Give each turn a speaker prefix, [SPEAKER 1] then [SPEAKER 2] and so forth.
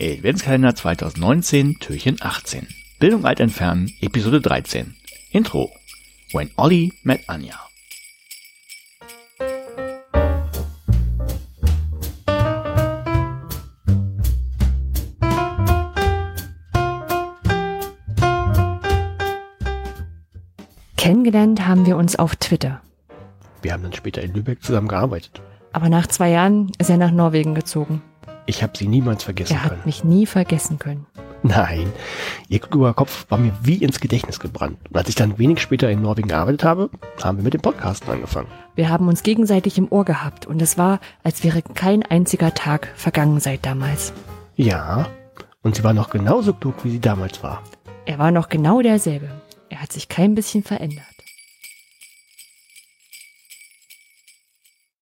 [SPEAKER 1] Adventskalender 2019, Türchen 18. Bildung alt entfernen, Episode 13. Intro. When Olli met Anja.
[SPEAKER 2] Kennengelernt haben wir uns auf Twitter.
[SPEAKER 3] Wir haben dann später in Lübeck zusammen gearbeitet.
[SPEAKER 2] Aber nach zwei Jahren ist er nach Norwegen gezogen.
[SPEAKER 3] Ich habe sie niemals vergessen
[SPEAKER 2] Er hat
[SPEAKER 3] können.
[SPEAKER 2] mich nie vergessen können.
[SPEAKER 3] Nein, ihr kluger Kopf war mir wie ins Gedächtnis gebrannt. Und als ich dann wenig später in Norwegen gearbeitet habe, haben wir mit dem Podcasten angefangen.
[SPEAKER 2] Wir haben uns gegenseitig im Ohr gehabt und es war, als wäre kein einziger Tag vergangen seit damals.
[SPEAKER 3] Ja, und sie war noch genauso klug, wie sie damals war.
[SPEAKER 2] Er war noch genau derselbe. Er hat sich kein bisschen verändert.